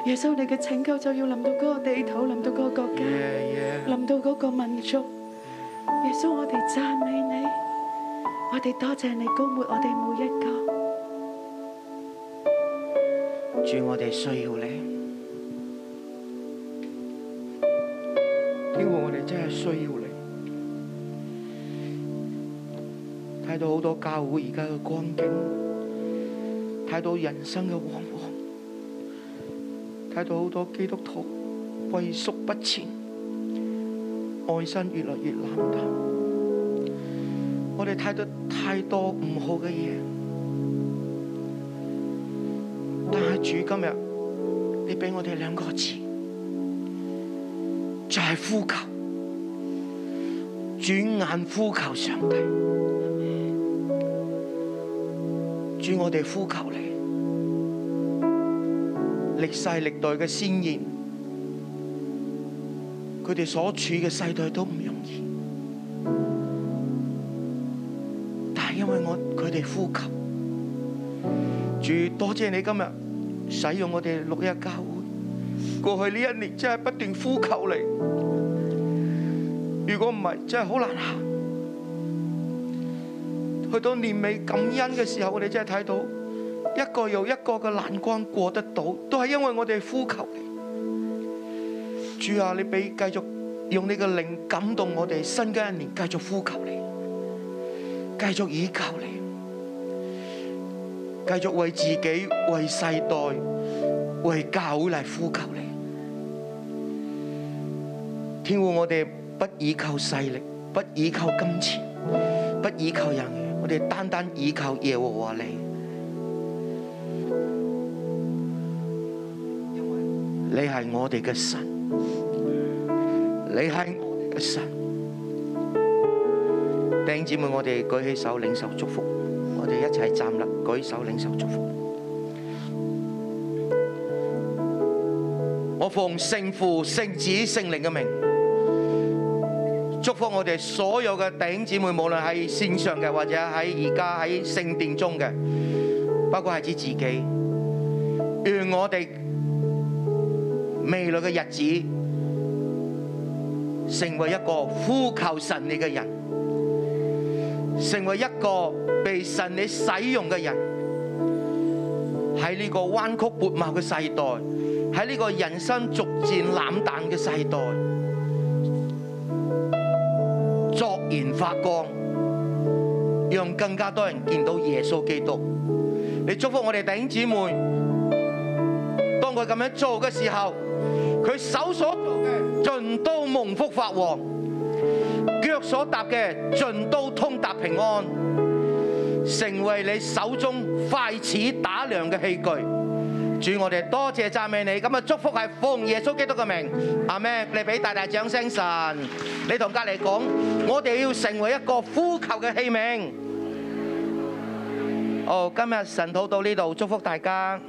耶穌，你嘅拯救就要臨到嗰個地土，臨到嗰個國家，耶耶！臨到嗰個民族。耶穌，我哋讚美你，我哋多謝你高抹我哋每一個。主，我哋需要你，天父，我哋真係需要你。睇到好多教會而家嘅光景，睇到人生嘅惶惶，睇到好多基督徒畏縮不前，愛心越來越冷淡。我哋睇到太多唔好嘅嘢。主今日你俾我哋兩個字，就係呼求，轉眼呼求上帝。主，我哋呼求你，歷世歷代嘅先賢，佢哋所處嘅世代都唔容易，但係因為我佢哋呼求。主，多謝你今日使用我哋六一教會。過去呢一年真係不斷呼求你，如果唔係，真係好難行。去到年尾感恩嘅時候，我哋真係睇到一個又一個嘅難關過得到，都係因為我哋呼求你。主啊，你俾繼續用你嘅靈感動我哋，新嘅一年繼續呼求你，繼續倚靠你。繼續為自己、為世代、為教會嚟呼求你。天父，我哋不依靠勢力，不依靠金錢，不依靠人，我哋單單依靠耶和華你。你係我哋嘅神，你係我哋嘅神。弟兄姊妹，我哋舉起手領受祝福，我哋一齊站立，舉手領受祝福。我奉聖父、聖子、聖靈嘅名，祝福我哋所有嘅弟兄姊妹，無論喺線上嘅，或者喺而家喺聖殿中嘅，包括係指自己。願我哋未來嘅日子，成為一個呼求神你嘅人。成為一個被神你使用嘅人，喺呢個彎曲悖謬嘅世代，喺呢個人生逐漸冷淡嘅世代，作然發光，讓更加多人見到耶穌基督。你祝福我哋弟兄姊妹，當佢咁樣做嘅時候，佢手所做嘅盡都蒙福發旺。腳所踏嘅盡都通達平安，成為你手中快似打量嘅器具。主，我哋多謝讚美你，咁啊祝福係奉耶穌基督嘅名，阿咩？你俾大大掌聲神，你同隔離講，我哋要成為一個呼求嘅器皿。哦，今日神禱到呢度，祝福大家。